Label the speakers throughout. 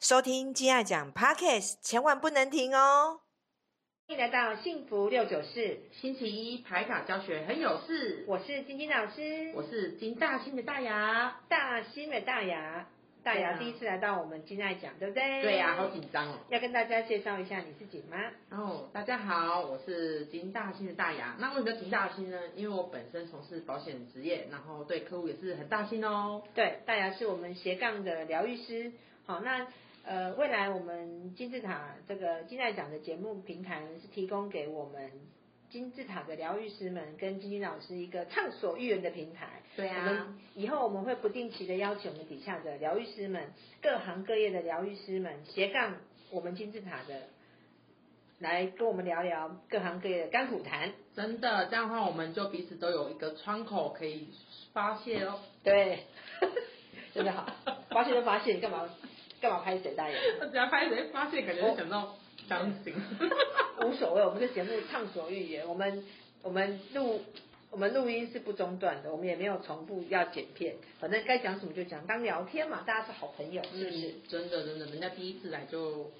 Speaker 1: 收听《金爱讲 Podcast》，千万不能停哦！欢迎来到幸福六九四，
Speaker 2: 星期一排卡教学很有事，
Speaker 1: 我是晶晶老师，
Speaker 2: 我是金大新的大牙。
Speaker 1: 大新的大牙，大
Speaker 2: 对
Speaker 1: 牙
Speaker 2: 啊
Speaker 1: 第一次来到我们金爱讲，对不对？
Speaker 2: 对呀、好紧张哦。
Speaker 1: 要跟大家介绍一下你自己吗？
Speaker 2: 哦，大家好，我是金大新的大牙。那为什么叫金大新呢？因为我本身从事保险职业，然后对客户也是很大心哦。
Speaker 1: 对，大牙是我们斜杠的疗愈师。好，那呃，未来我们金字塔这个金爱讲的节目平台呢，是提供给我们金字塔的疗愈师们跟金晶老师一个畅所欲言的平台。
Speaker 2: 对
Speaker 1: 我们
Speaker 2: 啊，
Speaker 1: 以后我们会不定期的邀请我们底下的疗愈师们，各行各业的疗愈师们斜杠我们金字塔的，来跟我们聊聊各行各业的甘苦谈。
Speaker 2: 真的，这样的话我们就彼此都有一个窗口可以发泄 哦。
Speaker 1: 对，真的好，发现就发现，你干嘛干嘛拍谁大爷？
Speaker 2: 我只要拍谁发泄，感觉就想到伤 心。
Speaker 1: 无所谓，我们的节目畅所欲言，我们我们录。我们录音是不中断的，我们也没有重复要剪片，反正该讲什么就讲，当聊天嘛，大家是好朋友，是不是？
Speaker 2: 嗯，真的真的，人家第一次来就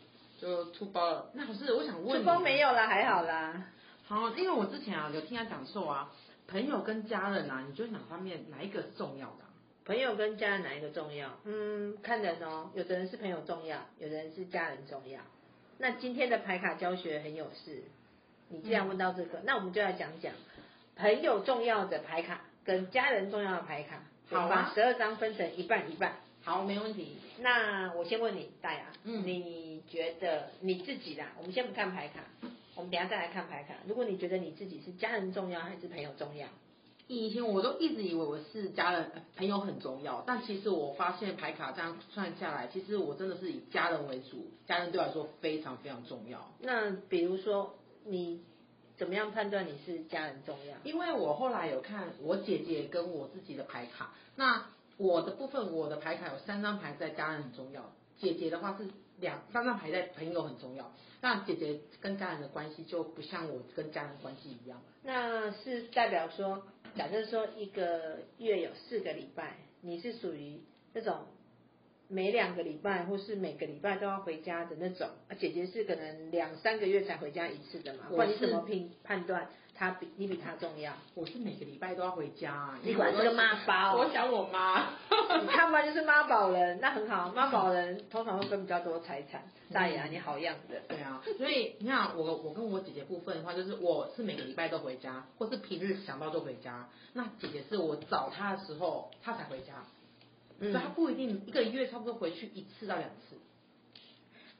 Speaker 2: 就出包了。那老师，我想问
Speaker 1: 春
Speaker 2: 你，
Speaker 1: 风没有啦，还好啦。
Speaker 2: 好，因为我之前啊有听他讲授啊，朋友跟家人啊，你觉得哪方面哪一个是重要的啊、
Speaker 1: 朋友跟家人哪一个重要？嗯，看人哦，有的人是朋友重要，有的人是家人重要。那今天的牌卡教学很有事，你既然问到这个，那我们就来讲讲朋友重要的牌卡跟家人重要的牌卡。
Speaker 2: 好啊
Speaker 1: 我们把十二张分成一半一半。
Speaker 2: 好，没问题。
Speaker 1: 那我先问你，大牙，
Speaker 2: 嗯
Speaker 1: 你觉得你自己啦？我们先不看牌卡，我们等一下再来看牌卡。如果你觉得你自己是家人重要还是朋友重要？
Speaker 2: 以前我都一直以为我是家人呃朋友很重要，但其实我发现牌卡这样算下来，其实我真的是以家人为主，家人对我来说非常非常重要。
Speaker 1: 那比如说，你怎么样判断你是家人重要？
Speaker 2: 因为我后来有看我姐姐跟我自己的牌卡，那我的部分我的牌卡有三张牌在家人很重要，姐姐的话是两三张牌在朋友很重要，那姐姐跟家人的关系就不像我跟家人关系一样。
Speaker 1: 那是代表说，假设说一个月有四个礼拜，你是属于那种每两个礼拜或是每个礼拜都要回家的那种，啊姐姐是可能两三个月才回家一次的嘛，
Speaker 2: 我
Speaker 1: 不然你
Speaker 2: 是
Speaker 1: 怎么评判断她比你比她重 要？
Speaker 2: 我是每个礼拜都要回家，啊
Speaker 1: 你管这个妈宝
Speaker 2: 我想我妈。
Speaker 1: 你看吧，就是妈宝人，那很好，妈宝人通常会分比较多财产。大爷啊，
Speaker 2: 嗯
Speaker 1: 你好样的。
Speaker 2: 对啊，所以你看我我跟我姐姐部分的话，就是我是每个礼拜都回家，或是平日想到就回家。那姐姐是我找她的时候，她才回家，所以她
Speaker 1: 嗯，
Speaker 2: 不一定一个月差不多回去一次到两次。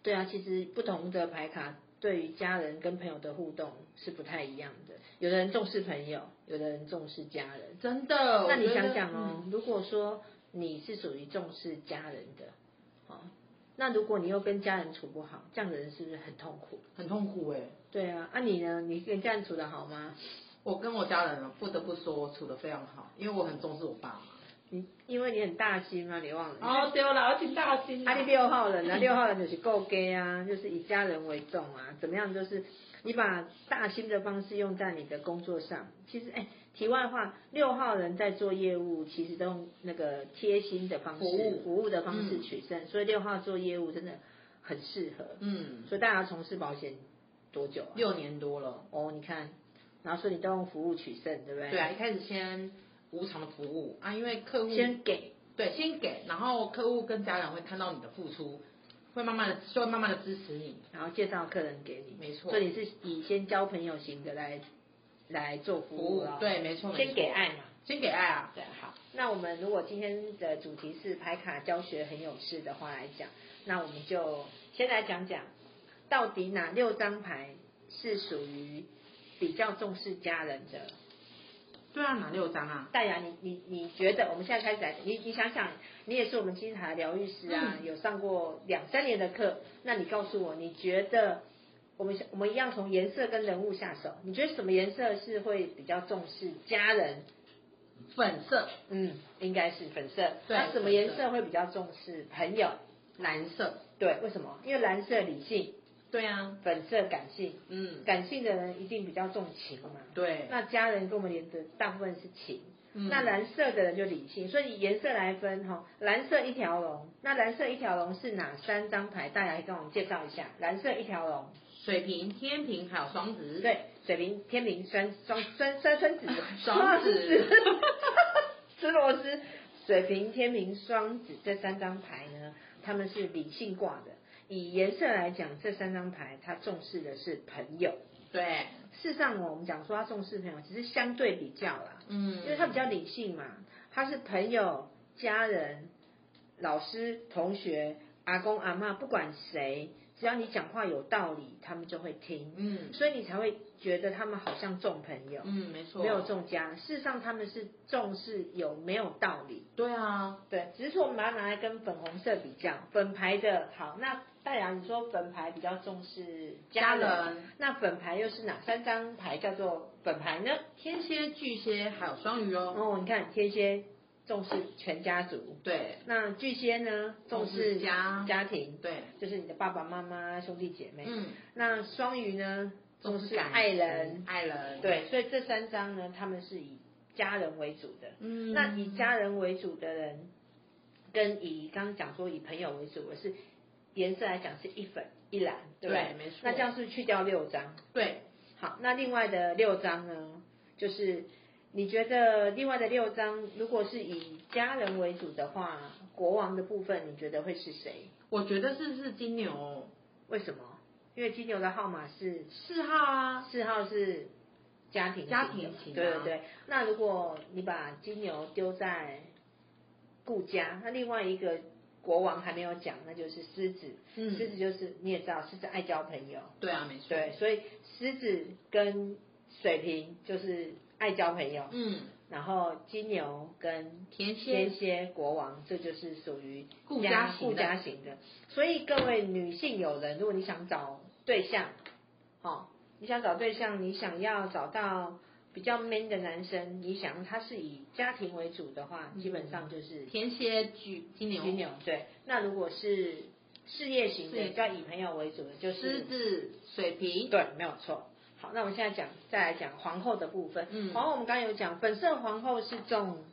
Speaker 1: 对啊，其实不同的牌卡对于家人跟朋友的互动是不太一样的。有的人重视朋友，有的人重视家人。
Speaker 2: 真的，
Speaker 1: 那
Speaker 2: 我
Speaker 1: 你
Speaker 2: 觉得
Speaker 1: 想
Speaker 2: 嗯
Speaker 1: 想哦，，如果说你是属于重视家人的，哦，那如果你又跟家人处不好，这样的人是不是很痛苦
Speaker 2: 嗯？很痛苦哎、
Speaker 1: 对啊，啊你呢？你跟家人处的好吗？
Speaker 2: 我跟我家人啊不得不说，我处的非常好，因为我很重视我爸妈。
Speaker 1: 你因为你很大心嘛，你忘了？
Speaker 2: 哦，对了，我挺大心
Speaker 1: 啊，你六号人啊， 六号人就是够 gay 啊，就是以家人为重啊，怎么样？就是你把大心的方式用在你的工作上。其实，哎、题外话，六号人在做业务，其实都用那个贴心的方式、
Speaker 2: 服务
Speaker 1: 服务的方式取胜，所以六号做业务真的很适合。
Speaker 2: 嗯，
Speaker 1: 所以大家从事保险多久啊？
Speaker 2: 六年多了。
Speaker 1: 哦，你看，然后说你都用服务取胜，对不对？
Speaker 2: 嗯对啊，一开始先无偿的服务啊，因为客户
Speaker 1: 先给，
Speaker 2: 对先给，然后客户跟家人会看到你的付出，会慢慢的就会慢慢的支持你。
Speaker 1: 然后介绍客人给你。
Speaker 2: 没错
Speaker 1: 所以你是以先交朋友型的来来做服
Speaker 2: 服
Speaker 1: 务
Speaker 2: 务
Speaker 1: 啊。
Speaker 2: 对，没错，没
Speaker 1: 先
Speaker 2: 错
Speaker 1: 给，爱嘛。
Speaker 2: 先给爱啊。
Speaker 1: 对，好。那我们如果今天的主题是牌卡教学很有事的话来讲，那我们就先来讲讲，到底哪六张牌是属于比较重视家人的？
Speaker 2: 对啊，哪六张啊？
Speaker 1: 大牙，你你你觉得我们现在开始来，你你想想，你也是我们金字塔的疗愈师啊，有上过两三年的课，那你告诉我，你觉得我们我们一样从颜色跟人物下手，你觉得什么颜色是会比较重视家人？
Speaker 2: 粉色、
Speaker 1: 嗯，应该是粉色。啊
Speaker 2: 对
Speaker 1: 那什么颜色会比较重视朋友？
Speaker 2: 蓝色。
Speaker 1: 对，为什么？因为蓝色理性，
Speaker 2: 对啊，
Speaker 1: 粉色感性，
Speaker 2: 嗯，
Speaker 1: 感性的人一定比较重情嘛。
Speaker 2: 对，
Speaker 1: 那家人跟我们连的大部分是情，
Speaker 2: 嗯
Speaker 1: 那蓝色的人就理性，所以颜色来分哈、蓝色一条龙，那蓝色一条龙是哪三张牌？大家跟我们介绍一下，蓝色一条龙，
Speaker 2: 水瓶、天平还有双子，，
Speaker 1: 对，水瓶、天平、双双双双双子
Speaker 2: 双子，
Speaker 1: 吃螺丝，水瓶、天平、双子这三张牌呢，他们是理性挂的。以颜色来讲，这三张牌它重视的是朋友。
Speaker 2: 对，
Speaker 1: 事实上哦，我们讲说它重视朋友，只是相对比较啦。
Speaker 2: 嗯，
Speaker 1: 因为他比较理性嘛，他是朋友、家人、老师、同学、阿公阿妈，不管谁，只要你讲话有道理，他们就会听，
Speaker 2: 嗯
Speaker 1: 所以你才会觉得他们好像重朋友，
Speaker 2: 嗯，没错，
Speaker 1: 没有重家人。事实上，他们是重视有没有道理，
Speaker 2: 对啊，
Speaker 1: 对，只是说我们把它拿来跟粉红色比较，粉牌的好，那戴然你说粉牌比较重视家人，
Speaker 2: 家人
Speaker 1: 那粉牌又是哪三张牌叫做粉牌呢？
Speaker 2: 天蝎、巨蟹还有双鱼哦，
Speaker 1: 哦，你看天蝎重视全家族，
Speaker 2: 对
Speaker 1: 那巨蟹呢重
Speaker 2: 重视
Speaker 1: 视
Speaker 2: 家
Speaker 1: 家庭，
Speaker 2: 对，
Speaker 1: 就是你的爸爸妈妈、兄弟姐妹。
Speaker 2: 嗯，
Speaker 1: 那双鱼呢重视
Speaker 2: 感
Speaker 1: 爱人，，
Speaker 2: 爱人，，
Speaker 1: 对，所以这三张呢，他们是以家人为主的。
Speaker 2: 嗯，
Speaker 1: 那以家人为主的人，跟以刚刚讲说以朋友为主，我是颜色来讲是一粉一蓝，对不
Speaker 2: 对，
Speaker 1: 对？
Speaker 2: 没错，
Speaker 1: 那这样是去掉六张。
Speaker 2: 对，
Speaker 1: 好，那另外的六张呢，就是你觉得另外的六张，如果是以家人为主的话，国王的部分你觉得会是谁？
Speaker 2: 我觉得是是金牛哦
Speaker 1: 为什么？因为金牛的号码是
Speaker 2: 四号啊，
Speaker 1: 四号是家庭型的
Speaker 2: 家庭型啊
Speaker 1: 对对对。那如果你把金牛丢在顾家，那另外一个国王还没有讲，那就是狮子。
Speaker 2: 嗯，
Speaker 1: 狮子就是你也知道，狮子爱交朋友。
Speaker 2: 对啊，没错，
Speaker 1: 对，所以狮子跟水瓶就是爱交朋友，
Speaker 2: 嗯，
Speaker 1: 然后金牛跟
Speaker 2: 天蝎
Speaker 1: 天蝎国王，这就是属于
Speaker 2: 顾家型
Speaker 1: 顾
Speaker 2: 的
Speaker 1: 家型的。所以各位女性友人，如果你想找对象，哦，你想找对象，你想要找到比较 man 的男生，你想要他是以家庭为主的话，
Speaker 2: 嗯
Speaker 1: 基本上就是
Speaker 2: 天蝎、巨金牛、
Speaker 1: 金牛。对，那如果是事业型
Speaker 2: 事业
Speaker 1: 的，比较以朋友为主的，就是
Speaker 2: 狮子、水瓶，
Speaker 1: 对，没有错。好，那我们现在讲，再来讲皇后的部分。
Speaker 2: 嗯
Speaker 1: 皇后我们刚刚有讲，粉色皇后是重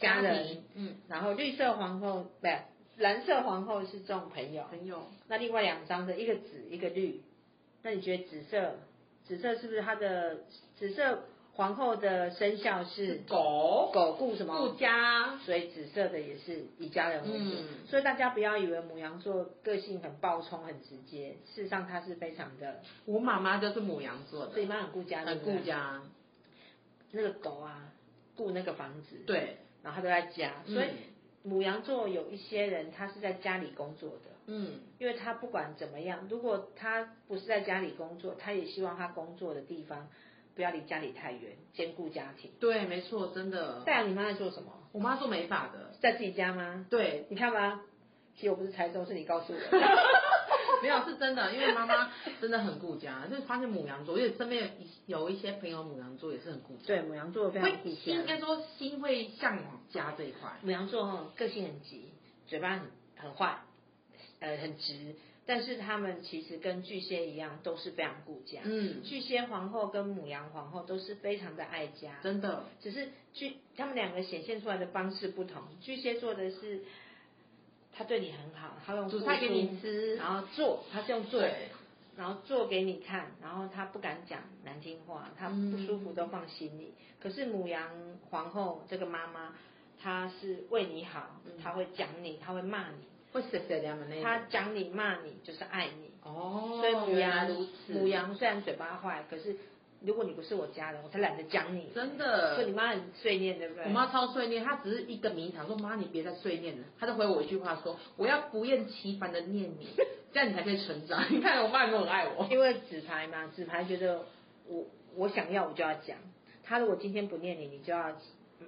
Speaker 1: 家人，
Speaker 2: 庭，嗯，
Speaker 1: 然后绿色皇后不是，蓝色皇后是重朋友。
Speaker 2: 朋友，
Speaker 1: 那另外两张的一个紫一个绿，那你觉得紫色，紫色是不是它的紫色皇后的生肖是
Speaker 2: 狗，
Speaker 1: 狗顾什么？
Speaker 2: 顾家，
Speaker 1: 所以紫色的也是以家人为主，
Speaker 2: 嗯
Speaker 1: 所以大家不要以为母羊座个性很暴冲、很直接，事实上它是非常的，
Speaker 2: 我妈妈就是母羊座
Speaker 1: 所以
Speaker 2: 的，
Speaker 1: 妈很顾家，对不
Speaker 2: 很
Speaker 1: 对
Speaker 2: 顾家，
Speaker 1: 那个狗啊，顾那个房子，
Speaker 2: 对，
Speaker 1: 然后他都在家，所以
Speaker 2: 嗯
Speaker 1: 母羊座有一些人他是在家里工作的，
Speaker 2: 嗯，
Speaker 1: 因为他不管怎么样，如果他不是在家里工作，他也希望他工作的地方不要离家里太远，兼顾家庭。
Speaker 2: 对，没错，真的，
Speaker 1: 戴阳，你妈在做什么？
Speaker 2: 我啊妈做美发的，
Speaker 1: 在自己家吗？
Speaker 2: 对，
Speaker 1: 你看吧，其实我不是台中，是你告诉我的。
Speaker 2: 没有是真的，因为妈妈真的很顾家，就是发现母羊座，因为身边有一些朋友母羊座也是很顾家，
Speaker 1: 对，母羊座非常
Speaker 2: 会
Speaker 1: 顾
Speaker 2: 心应
Speaker 1: 家。
Speaker 2: 该说心会向往家这一块，
Speaker 1: 母羊座哦，个性很急，嘴巴很很坏，呃，很直。但是他们其实跟巨蟹一样，都是非常顾家。
Speaker 2: 嗯，
Speaker 1: 巨蟹皇后跟母羊皇后都是非常的爱家，
Speaker 2: 真的，
Speaker 1: 只是巨他们两个显现出来的方式不同。巨蟹座的是，他对你很好，他用
Speaker 2: 煮
Speaker 1: 付
Speaker 2: 菜给
Speaker 1: 出
Speaker 2: 你吃，
Speaker 1: 然后做，他是用做，
Speaker 2: 对，
Speaker 1: 然后做给你看，然后他不敢讲难听话，他不舒服都
Speaker 2: 嗯
Speaker 1: 放心里。可是母羊皇后这个妈妈，她是为你好，
Speaker 2: 嗯
Speaker 1: 她会讲你，她会骂你，
Speaker 2: 会谁谁他们那一种
Speaker 1: 她讲你骂你就是爱你。
Speaker 2: 哦，
Speaker 1: 所以母
Speaker 2: 原来
Speaker 1: 羊
Speaker 2: 如此，
Speaker 1: 母羊虽然嘴巴坏，可是如果你不是我家人，我才懒得讲你。
Speaker 2: 真
Speaker 1: 所以
Speaker 2: 的。
Speaker 1: 你妈很碎念，对不对？
Speaker 2: 我妈超碎念，她只是一个名堂，说妈你别再碎念了，她就回我一句话说我要不厌其烦的念你，这样你才可以成长。 你看我妈有没有很爱我？
Speaker 1: 因为纸牌嘛，纸牌觉得我我想要我就要讲，他如果今天不念你，你就要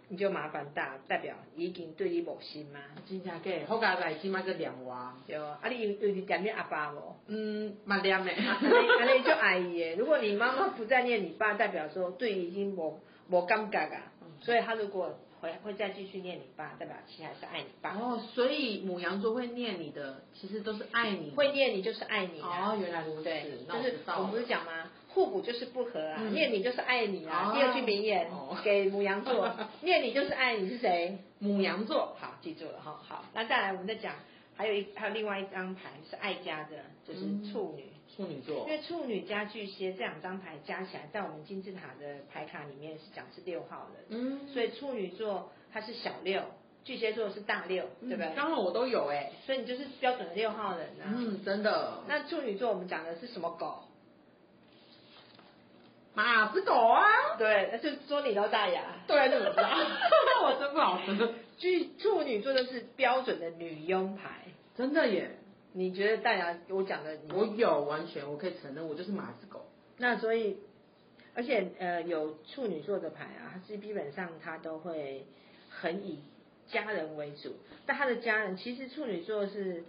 Speaker 1: 你就麻烦大，代表已经对你某心嘛。
Speaker 2: 啊真正假，好佳来即摆个念我，
Speaker 1: 对啊，啊你有有你念你阿爸无？
Speaker 2: 嗯，嘛念的，
Speaker 1: 啊那你就阿姨耶。如果你妈妈不再念你爸，代表说对你已经无无感觉啊。所以他如果会会再继续念你爸，代表其实还是爱你爸。
Speaker 2: 哦，所以母羊座会念你的，其实都是爱你。
Speaker 1: 会念你就是爱你啊。
Speaker 2: 哦，原来如此
Speaker 1: 对，，
Speaker 2: 那我
Speaker 1: 就是
Speaker 2: 知道
Speaker 1: 我们不
Speaker 2: 了。
Speaker 1: 是讲吗？互补就是不合啊，
Speaker 2: 嗯
Speaker 1: 念你就是爱你啊。
Speaker 2: 哦
Speaker 1: 第二句名言
Speaker 2: 哦
Speaker 1: 给母羊 座，念你就是爱你是谁？
Speaker 2: 母羊座，
Speaker 1: 好，记住了哈。好，那再来我们再讲，还有一还有另外一张牌是爱家的，就是
Speaker 2: 嗯
Speaker 1: 处女。
Speaker 2: 处女座
Speaker 1: 因，为嗯处女加巨蟹这两张牌加起来，在我们金字塔的牌卡里面是讲是六号人，
Speaker 2: 嗯
Speaker 1: 所以处女座它是小六，巨蟹座是大六，对不对？
Speaker 2: 刚好我都有哎、
Speaker 1: 所以你就是标准的六号人啊。
Speaker 2: 嗯，真的，
Speaker 1: 那处女座我们讲的是什么狗？
Speaker 2: 马子狗啊，
Speaker 1: 对，那就是说你都大牙。
Speaker 2: 对，怎么知道？ 我真不好吃，
Speaker 1: 巨处女座就是标准的女佣牌。
Speaker 2: 真的耶，
Speaker 1: 你觉得大牙我讲的你
Speaker 2: 我有完全，我可以承认，我就是马子狗，
Speaker 1: 那所以，而且呃，有处女座的牌啊，它是基本上它都会很以家人为主，但他的家人其实处女座是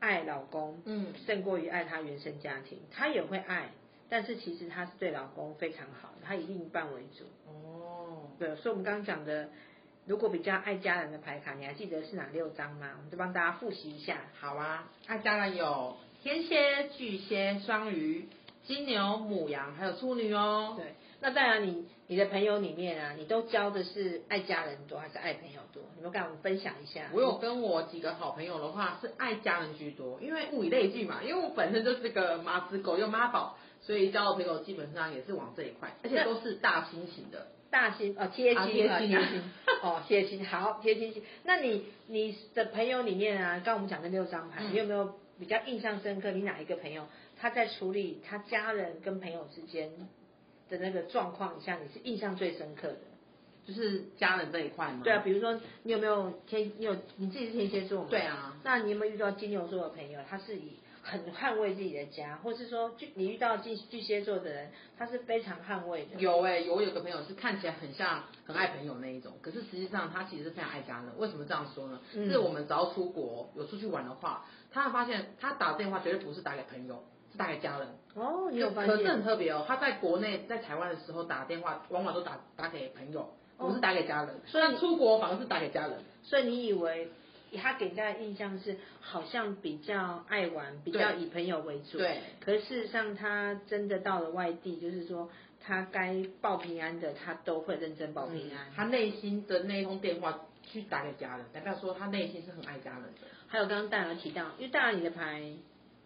Speaker 1: 爱老公
Speaker 2: 嗯
Speaker 1: 胜过于爱他原生家庭，他也会爱，但是其实他是对老公非常好，他以另一半为主。
Speaker 2: 哦，
Speaker 1: 对，所以我们刚刚讲的，如果比较爱家人的牌卡，你还记得是哪六张吗？我们就帮大家复习一下。
Speaker 2: 好啊，爱家人有天蝎、巨蟹、双鱼、金牛、母羊，还有处女哦。
Speaker 1: 对，那当然你，你的朋友里面啊，你都交的是爱家人多还是爱朋友多？你们跟我们分享一下。
Speaker 2: 我有跟我几个好朋友的话是爱家人居多，因为物以类聚嘛，因为我本身就是个妈子狗又妈宝，所以交的朋友基本上也是往这一块，而且都是大型型的。
Speaker 1: 大心哦，贴心
Speaker 2: 啊贴心
Speaker 1: 啊
Speaker 2: 啊
Speaker 1: 贴心哦，贴心好，贴心。那你你的朋友里面啊，刚刚我们讲的六张牌，
Speaker 2: 嗯
Speaker 1: 你有没有比较印象深刻？你哪一个朋友他在处理他家人跟朋友之间的那个状况下，你是印象最深刻的？
Speaker 2: 就是家人这一块嘛。
Speaker 1: 对啊，比如说你有没有天，你有你自己是天蝎座吗？
Speaker 2: 对啊，
Speaker 1: 那你有没有遇到金牛座的朋友，他是以很捍卫自己的家，或是说巨你遇到巨巨蟹座的人，他是非常捍卫的。
Speaker 2: 有哎、我有个朋友是看起来很像很爱朋友那一种，可是实际上他其实是非常爱家人。为什么这样说呢？
Speaker 1: 嗯
Speaker 2: 是我们只要出国有出去玩的话，他会发现他打电话绝对不是打给朋友，是打给家人。
Speaker 1: 哦，你有发
Speaker 2: 可是
Speaker 1: 现？
Speaker 2: 很特别哦，他在国内在台湾的时候打电话，往往都打打给朋友，
Speaker 1: 哦
Speaker 2: 不是打给家人。
Speaker 1: 所以
Speaker 2: 但出国反而是打给家人。
Speaker 1: 所以你以为他给人家的印象是好像比较爱玩，比较以朋友为主。。
Speaker 2: 对，
Speaker 1: 可是事实上，他真的到了外地，就是说他该报平安的，他都会认真报平安。
Speaker 2: 嗯他内心的那一通电话去打给家人，代表说他内心是很爱家人的。
Speaker 1: 还有刚刚大人提到，因为大人你的牌，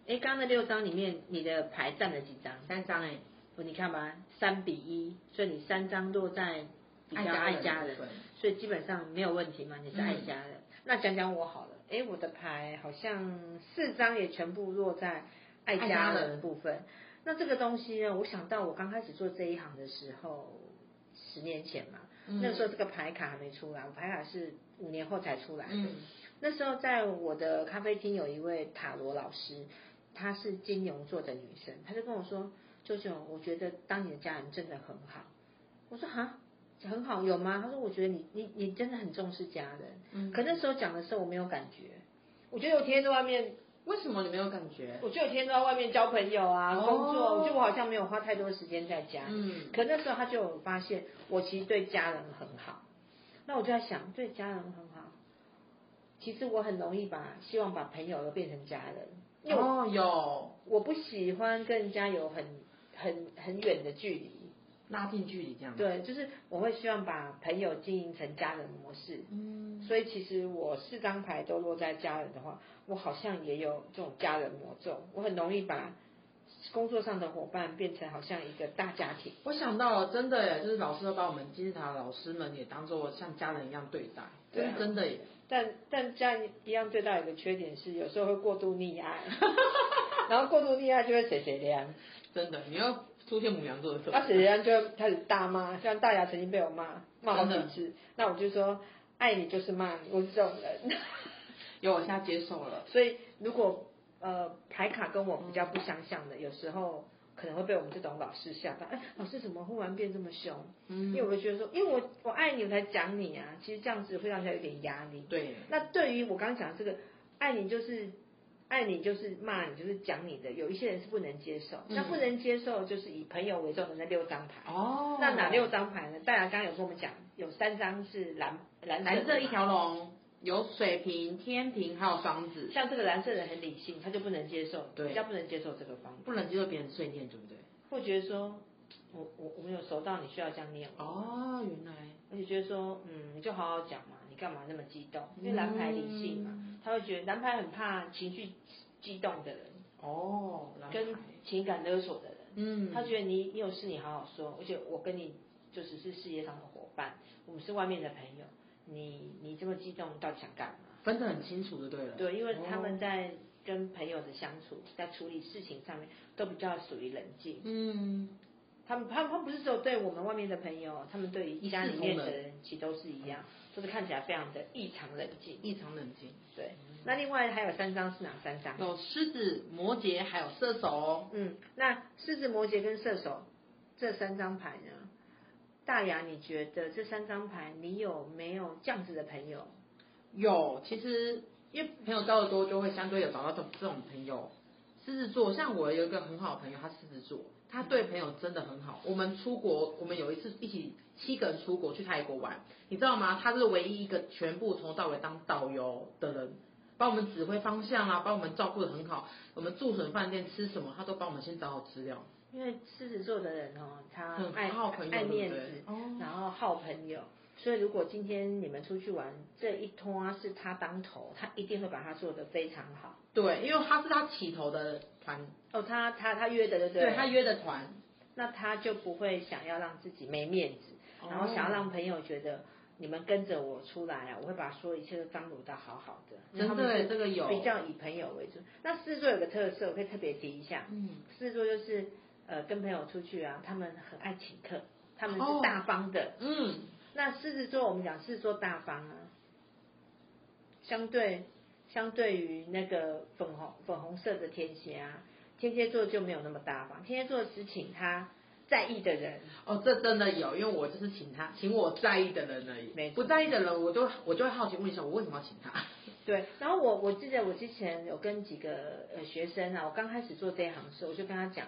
Speaker 1: 哎，刚刚那六张里面，你的牌占了几张？
Speaker 2: 三张哎，
Speaker 1: 哦你看吧，三比一，所以你三张落在比较
Speaker 2: 爱家
Speaker 1: 爱
Speaker 2: 人
Speaker 1: 家
Speaker 2: 的
Speaker 1: 人
Speaker 2: 部，分
Speaker 1: 所以基本上没有问题嘛，你是爱家人。
Speaker 2: 嗯
Speaker 1: 那讲讲我好了，诶，我的牌好像四张也全部落在爱家人的部分。那这个东西呢，我想到我刚开始做这一行的时候，十年前嘛，
Speaker 2: 嗯
Speaker 1: 那时候这个牌卡还没出来，我牌卡是五年后才出来的。
Speaker 2: 嗯
Speaker 1: 那时候在我的咖啡厅有一位塔罗老师，她是金牛座的女生，她就跟我说：“舅舅，我觉得当你的家人真的很好。”我说：“哈，很好有吗？”她说：“我觉得你你你真的很重视家人。
Speaker 2: 嗯，
Speaker 1: 可那时候讲的时候我没有感觉，我觉得我天天在外面，
Speaker 2: 为什么你没有感觉？
Speaker 1: 我觉得哦我天天都在外面交朋友啊，
Speaker 2: 哦
Speaker 1: 工作，我觉得我好像没有花太多时间在家。
Speaker 2: 嗯，
Speaker 1: 可那时候他就有发现我其实对家人很好，那我就在想，对家人很好，其实我很容易把希望把朋友都变成家人，因为我,、
Speaker 2: 哦，有
Speaker 1: 我不喜欢跟人家有很很很远的距离，
Speaker 2: 拉近距离这样。，
Speaker 1: 对，就是我会希望把朋友经营成家人的模式。
Speaker 2: 嗯，
Speaker 1: 所以其实我四张牌都落在家人的话，我好像也有这种家人魔咒，我很容易把工作上的伙伴变成好像一个大家庭。
Speaker 2: 我想到了，真的耶，就是老师都把我们金字塔的老师们也当做像家人一样对待，
Speaker 1: 对啊
Speaker 2: 这是真的耶。
Speaker 1: 但但这样一样最大有个缺点是，有时候会过度溺爱， 然后过度溺爱就会谁谁凉，
Speaker 2: 真的，你要出现母羊座的特
Speaker 1: 那谁谁凉就会开始大骂，像大牙曾经被我骂骂好几次，那我就说爱你就是骂你，我是这种人，
Speaker 2: 有，我现在接受了。
Speaker 1: 所以如果呃牌卡跟我比较不相像的，
Speaker 2: 嗯
Speaker 1: 有时候。可能会被我们这种老师吓到，哎，老师怎么忽然变这么凶？因
Speaker 2: 嗯，
Speaker 1: 为我会觉得说，因为我我爱你，我才讲你啊。其实这样子会让人家有点压力。
Speaker 2: 对，
Speaker 1: 那对于我刚刚讲的这个，爱你就是爱你就是骂你就是讲你的，有一些人是不能接受。
Speaker 2: 嗯
Speaker 1: 那不能接受就是以朋友为重的那六张牌。
Speaker 2: 哦，
Speaker 1: 那哪六张牌呢？大家刚刚有跟我们讲，有三张是蓝蓝色
Speaker 2: 蓝色
Speaker 1: 的
Speaker 2: 一条龙，有水瓶、天平，还有双子，
Speaker 1: 像这个蓝色人很理性，他就不能接受，
Speaker 2: 对
Speaker 1: 比较不能接受这个方法。
Speaker 2: 不能接受别人碎念，对不对？
Speaker 1: 会觉得说，我我我没有熟到你需要这样念我，
Speaker 2: 哦，原来
Speaker 1: 而且觉得说，嗯，你就好好讲嘛，你干嘛那么激动？因为蓝牌理性嘛，
Speaker 2: 嘛。
Speaker 1: 他会觉得蓝牌很怕情绪激动的人，
Speaker 2: 哦，蓝
Speaker 1: 跟
Speaker 2: 牌
Speaker 1: 情感勒索的人。
Speaker 2: 嗯，
Speaker 1: 他觉得你你有事你好好说，而且我跟你就只是事业上的伙伴，我们是外面的朋友，你你这么激动到底想干嘛？
Speaker 2: 分得很清楚就对了。
Speaker 1: 对，因为他们
Speaker 2: 哦
Speaker 1: 在跟朋友的相处，在处理事情上面都比较属于冷静。
Speaker 2: 嗯，
Speaker 1: 他们他们他们不是只有对我们外面的朋友，他们对于
Speaker 2: 一
Speaker 1: 家
Speaker 2: 视
Speaker 1: 里
Speaker 2: 同
Speaker 1: 面
Speaker 2: 仁
Speaker 1: 的人其实都是一样，就是看起来非常的异常冷静。
Speaker 2: 嗯异常冷静。
Speaker 1: 对，那另外还有三张是哪三张？
Speaker 2: 有狮子、摩羯，还有射手哦。
Speaker 1: 嗯，那狮子、摩羯跟射手这三张牌呢？大牙，你觉得这三张牌你有没有这样子的朋友？
Speaker 2: 有，哦其实因为朋友交的多，就会相对有找到这种这种朋友。狮子座，像我有一个很好的朋友，他狮子座，他对朋友真的很好。我们出国，我们有一次一起七个人出国去泰国玩，你知道吗？他是唯一一个全部从头到尾当导游的人，帮我们指挥方向啊，帮我们照顾的很好。我们住什么饭店，吃什么，他都帮我们先找好资料，
Speaker 1: 因为狮子座的人哦，他
Speaker 2: 很
Speaker 1: 爱
Speaker 2: 嗯好朋友，
Speaker 1: 爱
Speaker 2: 对不
Speaker 1: 面
Speaker 2: 对
Speaker 1: 子？，
Speaker 2: 哦，
Speaker 1: 然后好朋友，所以如果今天你们出去玩，这一通啊是他当头，他一定会把他做得非常好。
Speaker 2: 对，因为他是他起头的团，
Speaker 1: 哦，他他他约的对不对？
Speaker 2: 他约的团，
Speaker 1: 那他就不会想要让自己没面子，然
Speaker 2: 哦
Speaker 1: 后想要让朋友觉得你们跟着我出来啊，我会把所有一切都张罗的好好的。因为他
Speaker 2: 真
Speaker 1: 们
Speaker 2: 的
Speaker 1: 是
Speaker 2: 这个有
Speaker 1: 比较以朋友为主。那狮子座有个特色，我可以特别提一下，
Speaker 2: 嗯。
Speaker 1: 狮子座就是呃跟朋友出去啊，他们很爱请客，他们
Speaker 2: 哦
Speaker 1: 是大方的。
Speaker 2: 嗯，
Speaker 1: 那狮子座我们讲狮子座大方啊，相对相对于那个粉红粉红色的天蝎啊，天蝎座就没有那么大方，天蝎座只请他在意的人。
Speaker 2: 哦，这真的有，因为我就是请他，请我在意的人而已
Speaker 1: 没。
Speaker 2: 不在意的人，我就我就会好奇问一下，我为什么要请他？
Speaker 1: 对，然后我我记得我之前有跟几个呃学生啊，我刚开始做这一行的时候，我就跟他讲，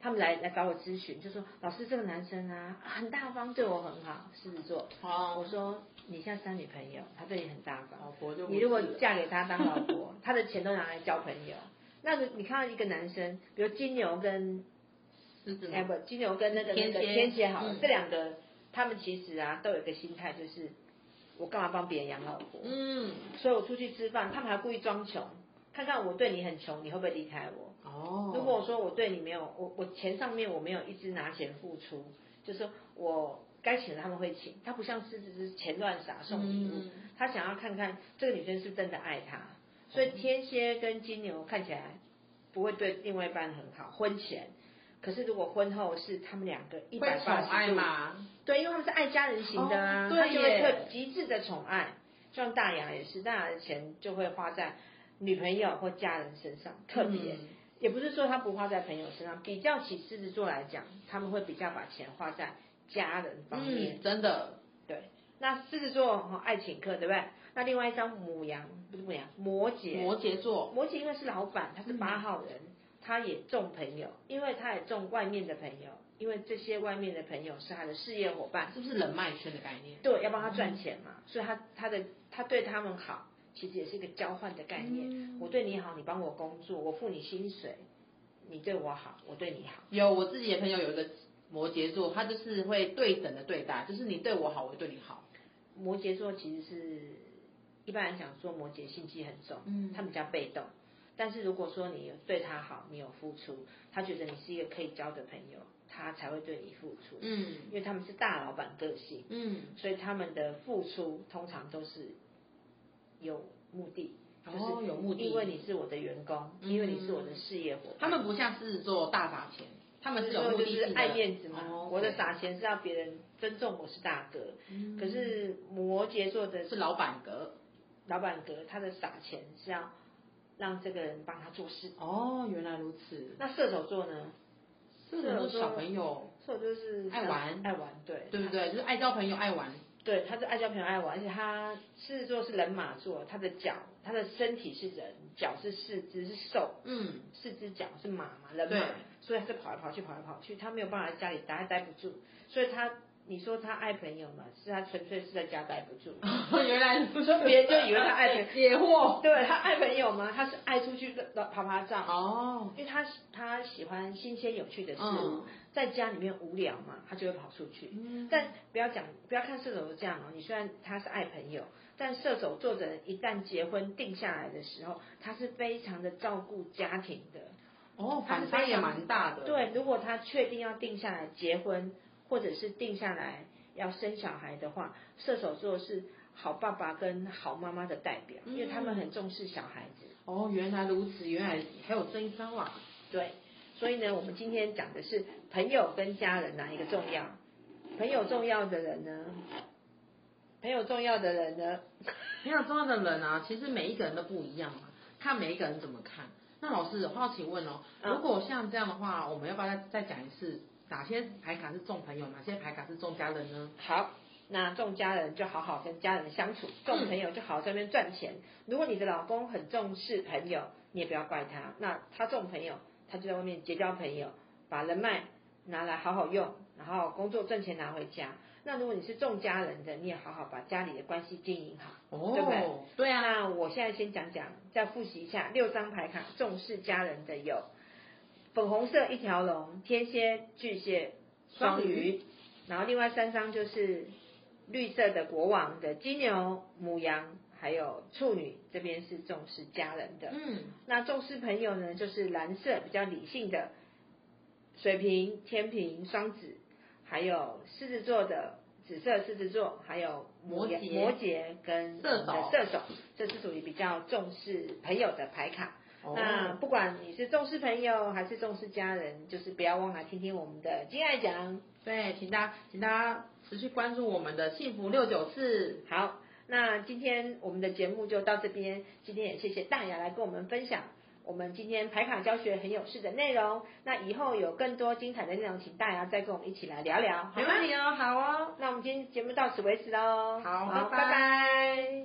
Speaker 1: 他们来来找我咨询，就说老师这个男生啊很大方，对我很好，狮子座。
Speaker 2: 哦，
Speaker 1: 我说你现在交女朋友，他对你很大方。
Speaker 2: 老婆就不
Speaker 1: 你如果
Speaker 2: 是了
Speaker 1: 嫁给他当老 婆，他的钱都拿来交朋友。那个你看到一个男生，比如金牛跟
Speaker 2: 狮子
Speaker 1: 哎
Speaker 2: 男
Speaker 1: 不，金牛跟那个那
Speaker 2: 天
Speaker 1: 个
Speaker 2: 蝎
Speaker 1: 天蝎好了
Speaker 2: 嗯，
Speaker 1: 这两个他们其实啊都有一个心态，就是我干嘛帮别人养老婆？
Speaker 2: 嗯，
Speaker 1: 所以我出去吃饭，他们还故意装穷，看看我对你很穷，你会不会离开我？
Speaker 2: 哦，
Speaker 1: 如果我说我对你没有，我我钱上面我没有一直拿钱付出，就是我该请的他们会请，他不像狮子是钱乱撒送礼物，
Speaker 2: 嗯
Speaker 1: 他想要看看这个女生是不是真的爱他，所以天蝎跟金牛看起来不会对另外一半很好，婚前。可是如果婚后是他们两个一
Speaker 2: 会
Speaker 1: 百
Speaker 2: 宠
Speaker 1: 八
Speaker 2: 爱
Speaker 1: 十度，
Speaker 2: 嘛，
Speaker 1: 对，因为他们是爱家人型的啊，
Speaker 2: 哦
Speaker 1: 他
Speaker 2: 对
Speaker 1: 就会
Speaker 2: 耶
Speaker 1: 特极致的宠爱。就像大牙也是，大牙的钱就会花在女朋友或家人身上，特别、
Speaker 2: 嗯
Speaker 1: 也不是说他不花在朋友身上，比较起狮子座来讲，他们会比较把钱花在家人方面。
Speaker 2: 嗯，真的，
Speaker 1: 那狮子座哈、爱请客，对不对？那另外一张母羊不是母羊，摩羯，
Speaker 2: 摩羯座，嗯
Speaker 1: 摩羯因为是老板，他是八号人，他也重朋友，因为他也重外面的朋友，因为这些外面的朋友是他的事业伙伴。
Speaker 2: 是不是人脉圈的概念？
Speaker 1: 对，要帮他赚钱嘛，所以他他的他对他们好，其实也是一个交换的概念。
Speaker 2: 嗯
Speaker 1: 我对你好，你帮我工作，我付你薪水，你对我好，我对你好。
Speaker 2: 有我自己的朋友有一个摩羯座，他就是会对等的对待，就是你对我好，我对你好。
Speaker 1: 摩羯座其实是一般人讲说摩羯心机很重，
Speaker 2: 嗯
Speaker 1: 他们比较被动。但是如果说你有对他好，你有付出，他觉得你是一个可以交的朋友，他才会对你付出，
Speaker 2: 嗯
Speaker 1: 因为他们是大老板个性。
Speaker 2: 嗯，
Speaker 1: 所以他们的付出通常都是有目的，就
Speaker 2: 哦
Speaker 1: 是
Speaker 2: 有目的
Speaker 1: 因为你是我的员工，
Speaker 2: 嗯
Speaker 1: 因为你是我的事业伙伴。
Speaker 2: 他们不像狮子座大撒钱，他们是有目
Speaker 1: 就
Speaker 2: 的性
Speaker 1: 是
Speaker 2: 的，
Speaker 1: 爱面子嘛，
Speaker 2: 哦
Speaker 1: 我的撒钱是让别人尊重我是大哥。
Speaker 2: 嗯
Speaker 1: 可是摩羯座的
Speaker 2: 是老板格。
Speaker 1: 老板哥，他的撒钱是要让这个人帮他做事。
Speaker 2: 哦，原来如此。
Speaker 1: 那射手座呢？
Speaker 2: 这种是小朋友，
Speaker 1: 射手就是
Speaker 2: 爱玩
Speaker 1: 爱玩，对
Speaker 2: 对不对？就是爱交朋友，爱玩。
Speaker 1: 对，他是爱交朋友爱玩，而且他狮子座是人马座，他的脚，他的身体是人，脚是四肢是兽，
Speaker 2: 嗯，
Speaker 1: 四只脚是马嘛，人
Speaker 2: 对
Speaker 1: 马，所以他就跑来跑去，跑来跑去，他没有办法在家里待，待不住，所以他你说他爱朋友嘛，是他纯粹是在家待不住。
Speaker 2: 哦原来
Speaker 1: 你说别人就以为他爱朋
Speaker 2: 解惑
Speaker 1: 对他爱朋友吗？他是爱出去乱乱爬爬照，
Speaker 2: 哦，
Speaker 1: 因为他他喜欢新鲜有趣的事物
Speaker 2: 嗯，
Speaker 1: 在家里面无聊嘛，他就会跑出去。但不要讲，不要看射手座这样哦。你虽然他是爱朋友，但射手座的人一旦结婚定下来的时候，他是非常的照顾家庭的。
Speaker 2: 哦，
Speaker 1: 他是
Speaker 2: 反差
Speaker 1: 非
Speaker 2: 也
Speaker 1: 常
Speaker 2: 蛮大的，
Speaker 1: 对，如果他确定要定下来结婚，或者是定下来要生小孩的话，射手座是好爸爸跟好妈妈的代表，
Speaker 2: 嗯
Speaker 1: 因为他们很重视小孩子。
Speaker 2: 哦，原来如此，原来还有这一招啊！
Speaker 1: 对，所以呢，我们今天讲的是朋友跟家人哪一个重要？朋友重要的人呢？朋友重要的人呢？
Speaker 2: 没有重要的人啊，其实每一个人都不一样嘛，看每一个人怎么看。那老师，好奇问哦，
Speaker 1: 嗯
Speaker 2: 如果像这样的话，我们要不要再再讲一次，哪些牌卡是重朋友，哪些牌卡是重家人呢？
Speaker 1: 好，那重家人就好好跟家人相处，重朋友就好好在那边赚钱。如果你的老公很重视朋友，你也不要怪他。那他重朋友，他就在外面结交朋友，把人脉拿来好好用，然后工作挣钱拿回家。那如果你是重家人的，你也好好把家里的关系经营好。
Speaker 2: 哦，
Speaker 1: 对不对
Speaker 2: 对啊，
Speaker 1: 那我现在先讲讲，再复习一下六张牌卡重视家人的有粉红色一条龙、天蝎、巨蟹、双
Speaker 2: 双
Speaker 1: 鱼
Speaker 2: 鱼，
Speaker 1: 然后另外三张就是绿色的国王的金牛、母羊，还有处女，这边是重视家人的。
Speaker 2: 嗯，
Speaker 1: 那重视朋友呢，就是蓝色比较理性的水瓶、天平、双子，还有狮子座的紫色狮子座，还有
Speaker 2: 摩
Speaker 1: 羊
Speaker 2: 羯
Speaker 1: 摩羯跟
Speaker 2: 射手
Speaker 1: 我们的射手，这是属于比较重视朋友的牌卡。那
Speaker 2: 哦，
Speaker 1: 不管你是重视朋友还是重视家人，就是不要忘了听听我们的金爱讲。
Speaker 2: 对，请大家请大家持续关注我们的幸福六九四，
Speaker 1: 好，那今天我们的节目就到这边。今天也谢谢大雅来跟我们分享我们今天排卡教学很有事的内容。那以后有更多精彩的内容，请大雅再跟我们一起来聊聊，好
Speaker 2: 没
Speaker 1: 吗？
Speaker 2: 问题哦，好哦，
Speaker 1: 那我们今天节目到此为止喽。
Speaker 2: 好
Speaker 1: 哦拜
Speaker 2: 拜拜
Speaker 1: 拜